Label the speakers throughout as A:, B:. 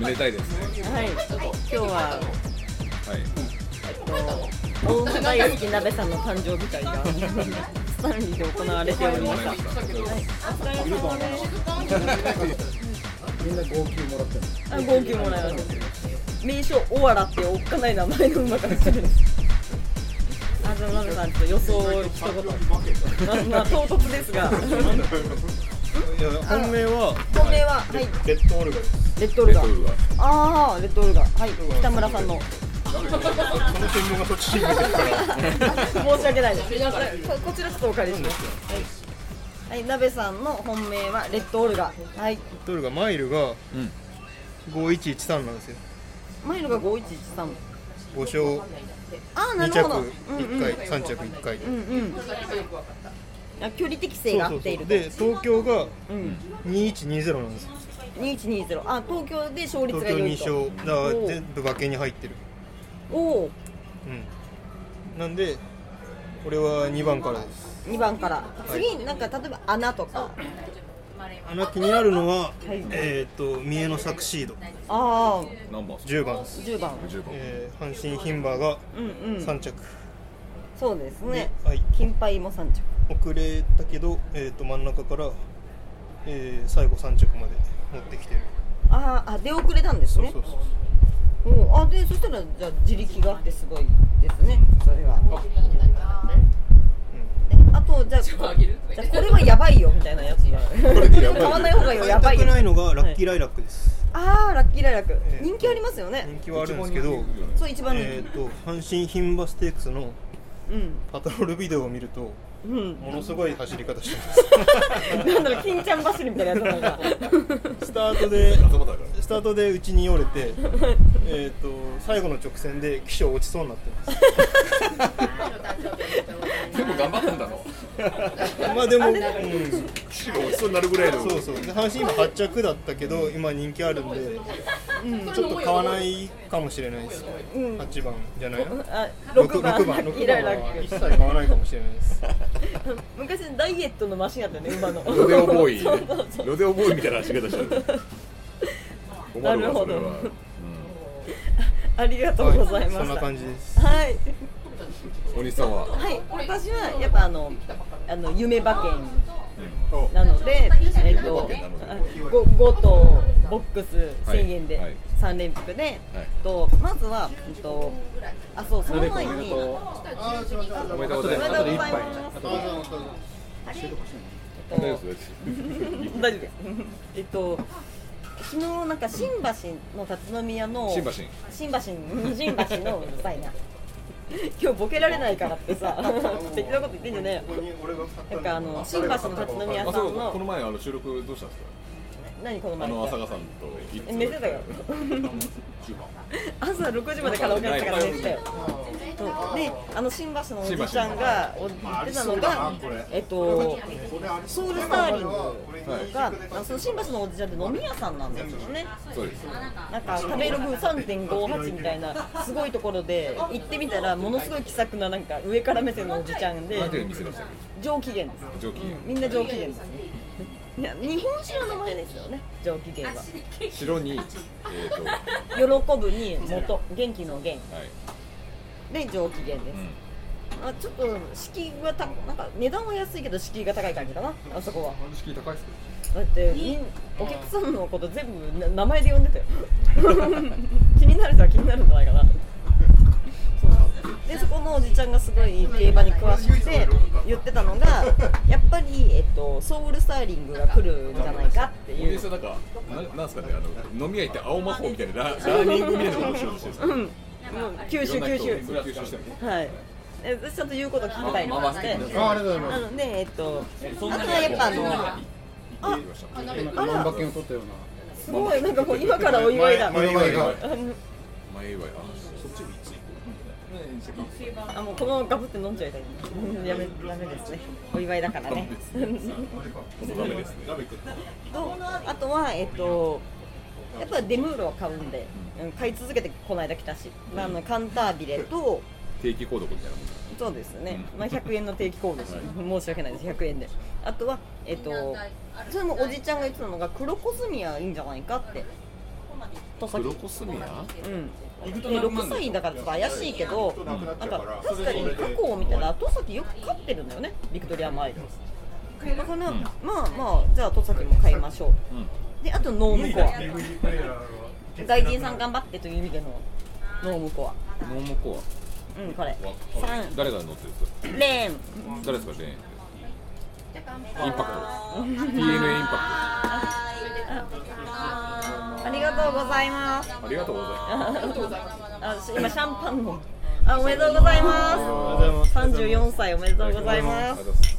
A: めでたいですね。
B: はい、今日は
A: はい。
B: 大物大好き鍋さんの誕生日会がスタンリーで行われておりました。はい、お疲れ様です。みんな号泣もらってる。あ、号泣もらいます。名称オワラっていうおっかない名前の馬から来てるんです。あ、じゃあ鍋さんちょっと予想を一言。まあ、まあ、唐突ですが、
C: いや本命は
B: 本命ははい
C: レッドオルガです。
B: レッドオルガ。ああ、レッドオルガ。はい、北村さん の。
C: この専門がそっちに向いてるから。
B: 申し訳ないです。あれここちらちょっとお借りします。はい、鍋さんの本命はレッドオルガ。はい、
C: レッドオルガマイルが
A: うん
C: 5113なんですよ。
B: マイルが五一一三。
C: 5勝
B: ああ、な
C: 2
B: る
C: 着
B: ほど。
C: 1回、3着1回。
B: うんうん。あ距離適性
C: そう
B: が
C: そ
B: 合
C: う
B: ってい
C: そう。
B: ると。
C: で東京が
B: うん。
C: 2120なんですよ。
B: 二一二ゼロ。あ、東京で勝率が
C: 東京
B: 良いと。
C: 2勝だから全部馬券に入ってる。
B: おお
C: うん。なんでこれは2番からです。
B: ー、二番から。次なんか例えば穴とか。
C: あの気になるのは、えっ、と三重のサクシード
B: ああ、
A: 何番ですか。
C: 10番です。
B: 十番。
A: 十番。
C: えー、阪神牝馬が
B: うんうん。
C: 3着。
B: そうですね。
C: はい。
B: 金牌も三着。
C: 遅れたけど、えー、と真ん中から、えー最後3着まで持ってきてる
B: あーあ、出遅れたんです
C: そう
B: ね
C: そう。そう、
B: おあでそしたらじゃあ自力があってすごいですねそれはえあとじゃあじゃあこれはやばいよみたいなやつが買わない方がいいよやばい
C: 買いた
B: よ
C: くないのがラッキーライラックです、
B: ああラッキーライラック
C: ええ
B: 人気ありますよね
C: 人気はあるんですけど
B: そう一番人気、
C: えー、と阪神牝馬ステークスのパトロールビデオを見ると
B: うんうん
C: ものすごい走り方してます
B: なんだろう金ちゃん走りみたいなやつなんか
C: スタートで
A: 頭だか
C: スタートでうちによ れてえーと最後の直線で起承落ちそうになってます
A: ら。でも頑張ったんだろう。
C: まあでも、うん
A: 白落ちそうになるぐらいの。
C: そうそうで阪神今8着だったけど今人気あるんで、ちょっと買わないかもしれないです、8番じゃないな
B: あ
C: 六
B: 6
C: 番
B: 番ラ
C: 六番
B: ッキ
C: 六
B: ーライ
C: 番
B: ラ
C: は
B: ッ
C: 一
B: ク
C: 切買わないかもしれないです
B: 昔ダイエットのマシンやったよね馬 の
A: ロデオボ
B: そうそう
A: ーイ。 ロデオボーイみたいな足方しちゃう。困るわそれ
B: な
A: は。
B: るほど
A: うん
B: ありがとうございました、
C: そんな感じです
B: はい
A: 大西さんは。
B: はい、私はやっぱあの、あの夢馬券なので、えっと、ご、五とボックス
A: はい
B: 千円
A: は
B: で
A: い。
B: 三連服で、と、まずは、うんと、あ、そう、その前に。おめでとう
A: おめでとう
B: ご
A: ござ
B: ざ
A: い
B: い
A: ま。
B: ますす。
A: 大丈夫です。
B: 大丈夫です。えっと、昨日なんか新橋の立ち飲み屋の。
A: 新橋。
B: 新橋の新橋のうるさいな今日ボケられないからってさ 適当なこと言ってんじゃねえよなんかあの新橋の立ち飲み屋さ
A: あ
B: ん
A: そうこの
B: の
A: 前あの収録どうしたんですか。
B: 何この
A: あ
B: 前
A: の
B: って
A: 朝香さんといつ。
B: え寝てたよ 朝6時までカラオケやってたから寝てたよそうであの新橋のおじちゃんがお言ってたのがえっとソウルスターリングが、あその新橋のおじちゃんって飲み屋さんなんですよね
A: そうです。
B: なんか食べログ3.58みたいなすごいところで行ってみたらものすごい気さくななんか上から目線のおじちゃんで
A: なんていう店でしたっ
B: 上機嫌です
A: け。上機嫌。
B: みんな上機嫌ですいや日本酒の名前ですよね上機嫌は
A: 白に。えっと。は
B: 喜ぶに元元気の元
A: い。
B: で上機嫌です、あちょっと敷居はたなんか値段は安いけど敷居が高い感じかなあそこは
A: うん。敷居高いですけ
B: だ
A: ど。
B: ってみんお客さんのこと全部な名前で呼んでたよ 気になる人は気になるんじゃないかなそうそうでそこのおじちゃんがすごい競馬に詳しくて言ってたのがやっぱり、えっと、ソウルスタイリングが来るんじゃないかって
A: お
B: い
A: 店
B: う
A: さんなんか、ななんすかね、あの飲み屋行って青魔法みたいなララーニングみたいなことをしようとしてるんです
B: う
A: か。
B: んもう吸収吸収
A: 吸収してる。
B: はいえ私ちゃんと言うこと聞きたいので
D: あありがとうござい
B: なのでえっとあとはやっぱあのあ
D: ます。万馬券を取ったような。
B: すごいなんかこう今からお祝いだ
C: 前前
B: あ
C: が
B: の
A: 前祝い。あ、そっち
B: あもうこのままガブって飲ん じゃいたい。やめダメですね。お祝いだからね。
A: もうダメですね。
B: とあとはえっとやっぱデムールを買うんで、うん、買い続けてこの間来たし、まあ、あのカンタービレと
A: 定期購読みたいなもん。
B: そうですね。まあ100円の定期購入です、申し訳ないです100円で。あとはえっとそれもおじちゃんが言ってたのが黒コスミはいいんじゃないかって。と先
A: 黒コスミヤ
B: うん
A: 行くと何万
B: 6歳だからちょっと怪しいけど、なんか確かに過去を見たら戸崎よく飼ってるんだよねビクトリアマイルだから、
A: うん
B: まあまあじゃあ戸崎も飼いましょう
A: うん
B: であとノームコア外人さん頑張ってという意味でのノームコア
A: ノーモコ
B: うんこれ
A: アわ
B: 3
A: 誰が乗ってるんですか
B: レーン
A: 誰ですかレーンってインパクトです DNA インパ
B: ありがとうございます
A: クトありがとうございます
B: あし今シャンパンのあおめでとうございま
C: がとうございます
B: す34歳おめでとうござい
A: ありが
B: ま
A: と
B: す
A: うございます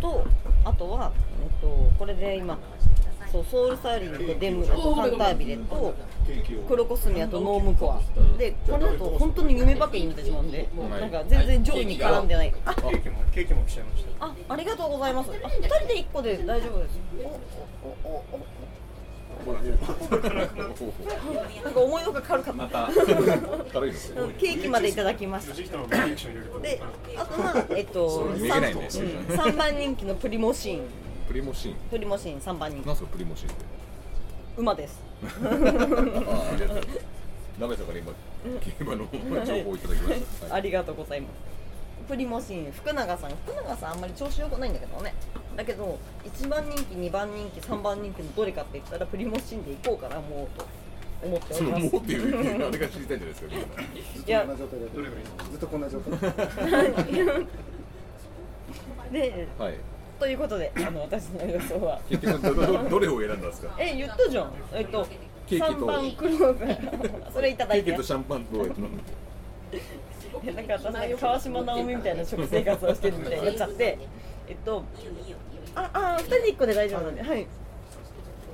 B: とあとは、えっと、これで今そうソウルサーリンとデムとカンタービレとクロコスミアとノームコアでこの後本当に夢ばっかり見てしまうんで
A: はい
B: なんか全然上位に絡んでないあ
C: ケーキもケーキも来ちゃいました
B: あありがとうございますあ2人で1個で大丈夫ですなんか思いのほか軽かった
A: 軽いですね
B: ケーキまでいただきました
C: 藤井人のリアクション入れると
B: であとはえっと
A: そう見えないね
B: 3, 番人気のプリモシーン
A: プリモシーン
B: プリモシーン3番人気
A: なんすかプリモシーンって
B: 馬です
A: あありがとうございます鍋さんから今競馬の情報をいただきましたはい
B: ありがとうございます。プリモシン、福永さん、福永さんあんまり調子良くないんだけどね。だけど、1番人気、2番人気、3番人気のどれかって言ったら、プリモシンで行こうかな、もうと思ってお
A: そ
B: り
A: の
B: ます
A: もう。っていうあれが知りたいんじゃないですかみんない
B: や
D: ずっとこんな状態でずっとこんな状態
B: で、
A: はい
B: ということで、あの私の予想は。
A: 結局どどどれを選んだんですか
B: え、言ったじゃん。えっと、
A: ケーキ
B: 3
A: と
B: 番クローブ。それいただ
A: ケ
B: いて
A: ーキ
B: や
A: と。シャンパンとえっとなんだっけ
B: なんか私なんか川島直美みたいな食生活をしてるみたいになっちゃって、えっと、あ、あ、二人で一個で大丈夫なんで、はい。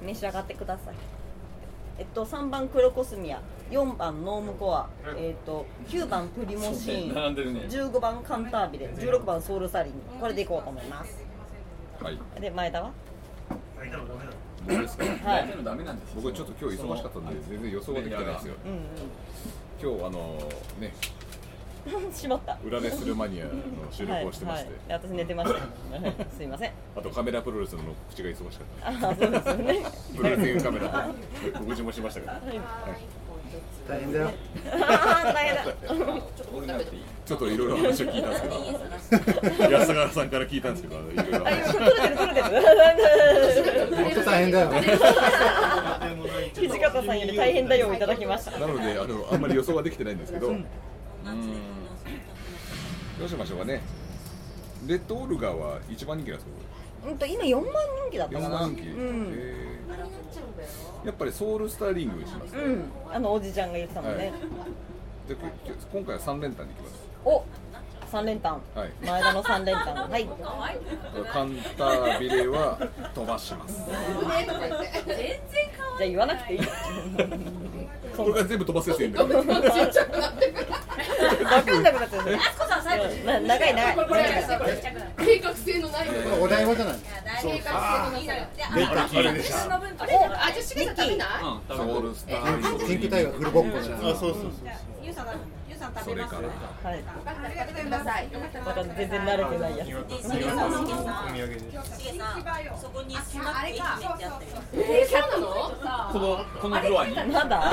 B: 召し上がってください。えっと、三番クロコスミア、四番ノームコア、えっと、九番プリモシーン、
E: んでるね
B: 十五番カンタービレ、十六番ソウルサリン、これでいこうと思います。
A: はい
B: で、前田は。
A: どうですか
B: はい。
E: ダメなんです
A: 僕ちょっと今日忙しかったんで全然予想ができてないですよ
B: うん
A: 今日あのね
B: うん。しまった。
A: 裏レスルマニアの収録をしてまして
B: はいはい、私寝てました。はいすいません。
A: あとカメラプロレスの口が忙しかった
B: あ、そうですよね。
A: プロレスカメラで告示もしましたけど
D: 大変だよ
B: あー、大変だ。
A: ちょっといろいろ話を聞いたんですけど安川さんから聞いたんですけどいろいろ
B: あ、今
A: 話
B: 取れてる取れてる。
D: 本当大変だよ
B: 土方さんより大変だよをいただきました。
A: なのであのあんまり予想はできてないんですけどうーんどうしましょうかねレッドオルガーは一番人気なんです
B: うんと今4万人気だっ
A: け
B: た
A: ど
B: か
A: 4
B: な。
A: 番人気、
B: うん。
A: えーやっぱりソウルスターリングにしますか、
B: うん。あのおじちゃんが言ってたもん
A: はい
B: ね。
A: できき今回は3連単でいきます
B: お、三連単。
A: はい
B: 前田の三連単。はい。
A: カンタービレは飛ばします
B: じゃあ言わな くていい。
A: これが全部飛ばせるやつやんだから
B: わかんなくなっちゃう。な長い長い。
F: 計画性のないこと
D: お台場じゃない
A: あれでした
F: あ、じゃあ、しげさん食べない
A: ソウルスターリング
D: ピンクタイガーフルボッコじゃない
C: あそうそうそう
A: それから
B: はい。
F: ください。
B: だから全然慣れてないやつ。
C: お土産で
F: えー、そうなの
E: このこのフロアに
B: まだ？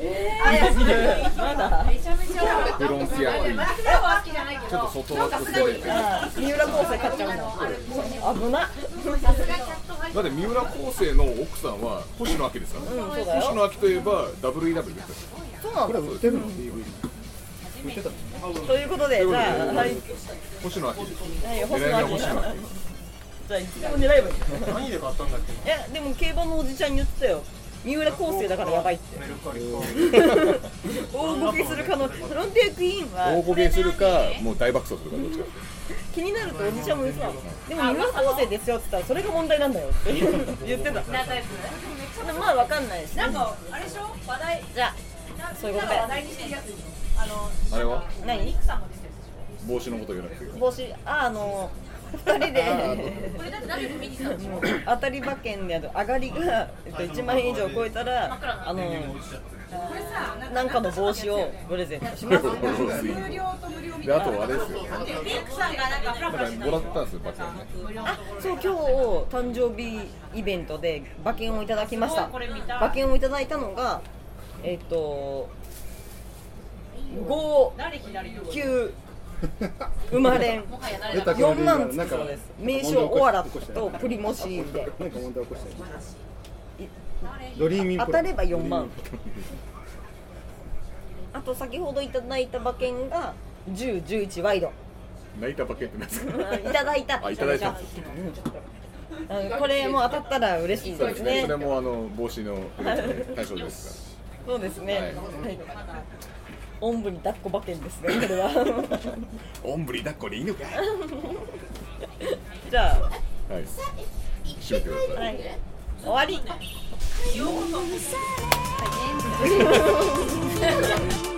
B: えー、まだ？
A: フロンティアクイーン
F: フラワー好きじゃないけ
A: ちょっと外枠っぽい
B: あー三浦昴生買っちゃうんだ。危な。
A: だって三浦康生の奥さんは星野明ですから、ね
B: うん、そうだよ。
A: 星野明といえば WEW ですか
B: そうな
D: こ
B: の
D: れ売ってるの
B: ということで、じゃあ、はい、
A: ら星野明です
B: はい、
A: 狙
B: 星
A: い目
B: 野
A: は
B: 明。
A: 星野明
B: じゃあ、いつでも狙えばいい。
C: 何で買ったんだっけ
B: いやでも競馬のおじちゃんに言ってたよ三浦康生だからやばいって
C: メルカリか
B: 大ボケする可能フロンティアクイーン
A: 大
B: は
A: ごけするかもう大爆走するかどっちか
B: 気になるとおじちゃんも言ってたのでも三浦康生ですよって言ったらそれが問題なんだよって言ってたまあわかんないし
G: なんかあれでしょ話題
B: じゃあそういうことで
G: 話題にしてるやつでしょあの
A: あれは
B: 何
G: 草の出てるや
A: 帽子のこと言わなくていい
B: 帽子ああの二人で
G: つこれだって誰も見に来たんでしょ
B: 当たり馬券である上がりが、えっと、1万円以上超えたらあの
G: これさなんか
B: なんかの帽子をプレゼントし
A: ロ
B: ま
A: ロ
B: す。
A: スイー
G: 無料と無料み
A: で
G: たい
A: あ
G: な
A: とあれですよなんか
G: ピンクさんがなんかフラフラして
A: もらったんですよ馬券ね
B: あ、そう今日誕生日イベントで馬券をいただきました。
G: これ見たい
B: 馬券をいただいたのがえっ、と五
G: 誰左の
B: 九生まれん。
G: もはや誰
D: 出
G: だ
D: た
B: 4万つくそうです名称オアラとプリモシーンで
D: なんか問題起こしたよね
B: い
D: ドリーミン
B: 当
D: プロ
B: たれば4万 あと先ほどいただいた馬券が1011ワイド
A: 泣いた馬券ってなんですか
B: いただいた
A: あいただいたんです
B: うんこれも当たったら嬉しい
A: そう
B: で
A: ですすね
B: ね
A: それもあの帽子の対象です
B: そうですね、
A: はい
B: はいおんぶに抱っこ馬券ですねこれ は
A: から おんぶり抱っこでいいのか
B: じゃ
A: はい締めてくだ
B: あ、
A: さ
B: はいい、終わり
G: ようこそ